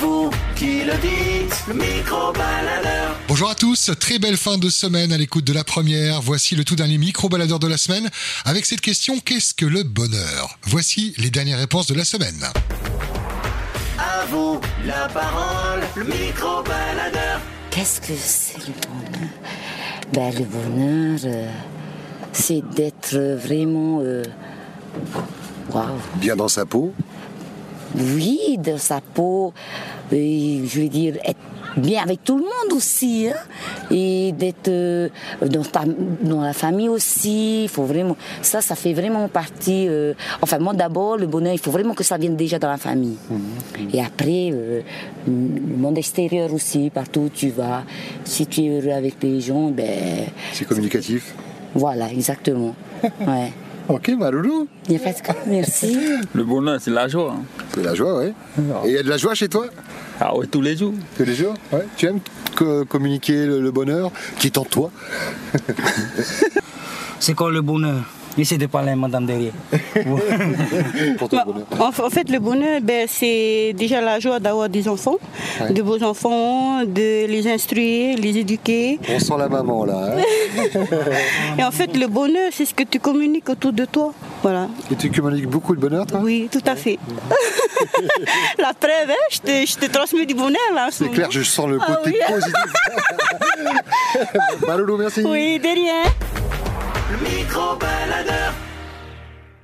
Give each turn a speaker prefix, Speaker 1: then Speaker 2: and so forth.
Speaker 1: vous qui le dites, le micro-baladeur.
Speaker 2: Bonjour à tous, très belle fin de semaine à l'écoute de la première. Voici le tout dernier micro-baladeur de la semaine avec cette question qu'est-ce que le bonheur Voici les dernières réponses de la semaine.
Speaker 1: À vous la parole, le micro-baladeur.
Speaker 3: Qu'est-ce que c'est le bonheur ben, Le bonheur, euh, c'est d'être vraiment... euh, Waouh
Speaker 4: Bien dans sa peau
Speaker 3: Oui, de sa peau, et, je veux dire, être bien avec tout le monde aussi, hein, et d'être euh, dans, ta- dans la famille aussi, il faut vraiment... Ça, ça fait vraiment partie... euh, enfin, moi d'abord, le bonheur, il faut vraiment que ça vienne déjà dans la famille. Et après, euh, le monde extérieur aussi, partout où tu vas, si tu es heureux avec les gens, ben...
Speaker 4: C'est communicatif.
Speaker 3: Voilà, exactement. Ouais.
Speaker 4: Ok, ma loulou.
Speaker 3: Il y a pas de quoi, merci.
Speaker 5: Le bonheur, c'est la joie. hein.
Speaker 4: C'est la joie, ouais. Et il y a de la joie chez toi
Speaker 5: Ah ouais, tous les jours.
Speaker 4: Tous les jours Ouais. Tu aimes co- communiquer le, le bonheur qui est en toi
Speaker 6: C'est quoi le bonheur Essayez de parler à madame derrière.
Speaker 4: pour ton
Speaker 7: Bah,
Speaker 4: bonheur
Speaker 7: En, en fait, le bonheur, ben, c'est déjà la joie d'avoir des enfants, de beaux enfants, de les instruire, les éduquer.
Speaker 4: On sent la maman là. hein. Ah,
Speaker 7: Et en fait, le bonheur, c'est ce que tu communiques autour de toi. Voilà.
Speaker 4: Et tu communiques beaucoup de bonheur toi
Speaker 7: Oui, tout à fait. la preuve, hein, je, te, je te transmets du bonheur là. en ce
Speaker 4: C'est clair,
Speaker 7: moment.
Speaker 4: je sens le
Speaker 7: Ah
Speaker 4: côté
Speaker 7: oui.
Speaker 4: positif. ma loulou, merci.
Speaker 7: Oui, de rien.
Speaker 1: Le micro-baladeur.